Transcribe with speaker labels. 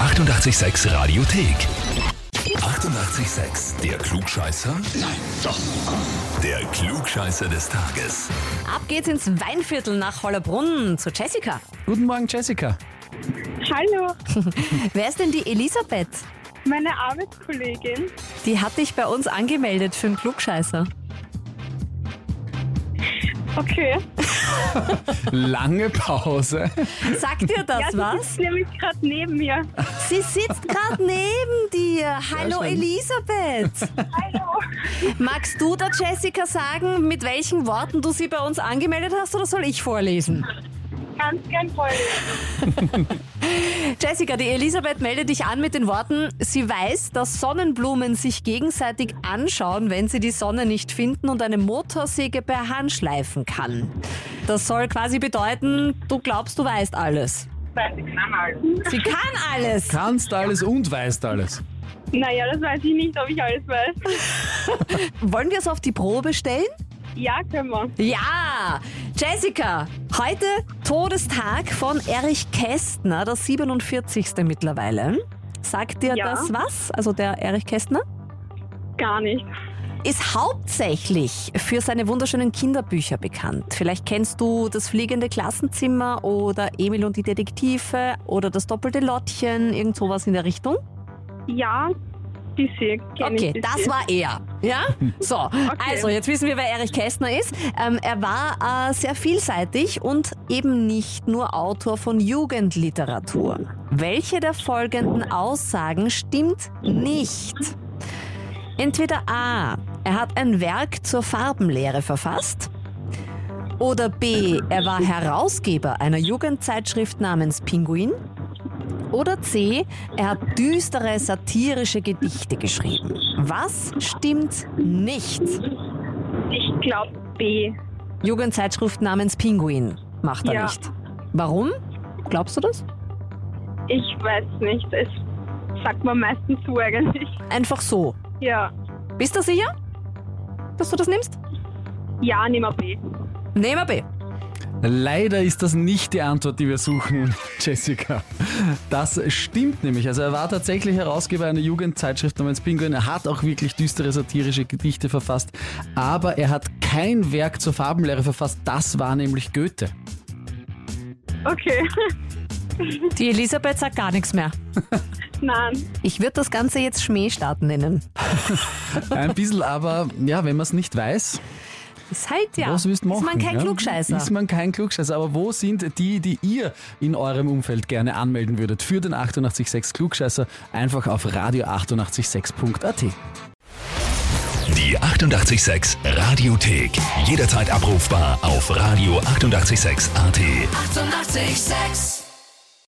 Speaker 1: 886 Radiothek. 88,6. Der Klugscheißer? Nein, doch. Der Klugscheißer des Tages.
Speaker 2: Ab geht's ins Weinviertel nach Hollerbrunn zu Jessica.
Speaker 3: Guten Morgen, Jessica.
Speaker 4: Hallo,
Speaker 2: Wer ist denn die Elisabeth?
Speaker 4: meine Arbeitskollegin.
Speaker 2: Die hat dich bei uns angemeldet für einen Klugscheißer.
Speaker 4: Okay.
Speaker 3: Lange Pause.
Speaker 2: Sagt dir das
Speaker 4: ja, Sie
Speaker 2: was?
Speaker 4: sitzt nämlich gerade neben mir.
Speaker 2: Sie sitzt gerade neben dir. Hallo
Speaker 3: schön.
Speaker 2: Elisabeth.
Speaker 4: Hallo.
Speaker 2: Magst du der Jessica sagen, mit welchen Worten du sie bei uns angemeldet hast oder soll ich vorlesen?
Speaker 4: Ganz gern voll.
Speaker 2: Jessica, die Elisabeth meldet dich an mit den Worten, sie weiß, dass Sonnenblumen sich gegenseitig anschauen, wenn sie die Sonne nicht finden und eine Motorsäge per Hand schleifen kann. Das soll quasi bedeuten, du glaubst, du weißt alles.
Speaker 4: Weiß ich kann alles.
Speaker 2: Sie kann alles.
Speaker 3: Kannst alles und weißt alles.
Speaker 4: Naja, das weiß ich nicht, ob ich alles weiß.
Speaker 2: Wollen wir es auf die Probe stellen?
Speaker 4: Ja, können wir.
Speaker 2: Ja! Jessica, heute Todestag von Erich Kästner, das 47. mittlerweile. Sagt dir
Speaker 4: Ja.
Speaker 2: das was? Also der Erich Kästner?
Speaker 4: Gar nicht.
Speaker 2: ist hauptsächlich für seine wunderschönen Kinderbücher bekannt. Vielleicht kennst du das fliegende Klassenzimmer oder Emil und die Detektive oder das doppelte Lottchen, irgend sowas in der Richtung.
Speaker 4: Ja, bisschen. Kenn
Speaker 2: Okay,
Speaker 4: ich
Speaker 2: das
Speaker 4: bisschen.
Speaker 2: war er. Ja? So, also jetzt wissen wir, wer Erich Kästner ist. Ähm, er war äh, sehr vielseitig und eben nicht nur Autor von Jugendliteratur. Welche der folgenden Aussagen stimmt nicht? Entweder A. Er hat ein Werk zur Farbenlehre verfasst. Oder B. Er war Herausgeber einer Jugendzeitschrift namens Pinguin. Oder C. Er hat düstere satirische Gedichte geschrieben. Was stimmt nicht?
Speaker 4: Ich glaube B.
Speaker 2: Jugendzeitschrift namens Pinguin macht er
Speaker 4: Ja.
Speaker 2: nicht. Warum? Glaubst du das?
Speaker 4: Ich weiß nicht. Es sagt man meistens so eigentlich.
Speaker 2: Einfach so.
Speaker 4: Ja.
Speaker 2: Bist du sicher, dass du das nimmst?
Speaker 4: Ja, nehmen wir B.
Speaker 2: Nehmen wir B.
Speaker 3: Leider ist das nicht die Antwort, die wir suchen, Jessica. Das stimmt nämlich. Also er war tatsächlich Herausgeber einer Jugendzeitschrift namens Pinguin. Er hat auch wirklich düstere satirische Gedichte verfasst. Aber er hat kein Werk zur Farbenlehre verfasst. Das war nämlich Goethe.
Speaker 4: Okay.
Speaker 2: Die Elisabeth sagt gar nichts mehr.
Speaker 4: Nein.
Speaker 2: Ich würde das Ganze jetzt Schmähstart nennen.
Speaker 3: Ein bisschen, aber ja, wenn man es nicht weiß,
Speaker 2: Ist halt ja.
Speaker 3: Was willst du machen?
Speaker 2: Ist man kein
Speaker 3: ja?
Speaker 2: Klugscheißer.
Speaker 3: Ist man kein Klugscheißer. Aber wo sind die, die ihr in eurem Umfeld gerne anmelden würdet für den 886 Klugscheißer? Einfach auf radio886.at.
Speaker 1: Die 88,6 Radiothek. Jederzeit abrufbar auf radio886.at. 88,6.
Speaker 5: Eighty-eight, sex.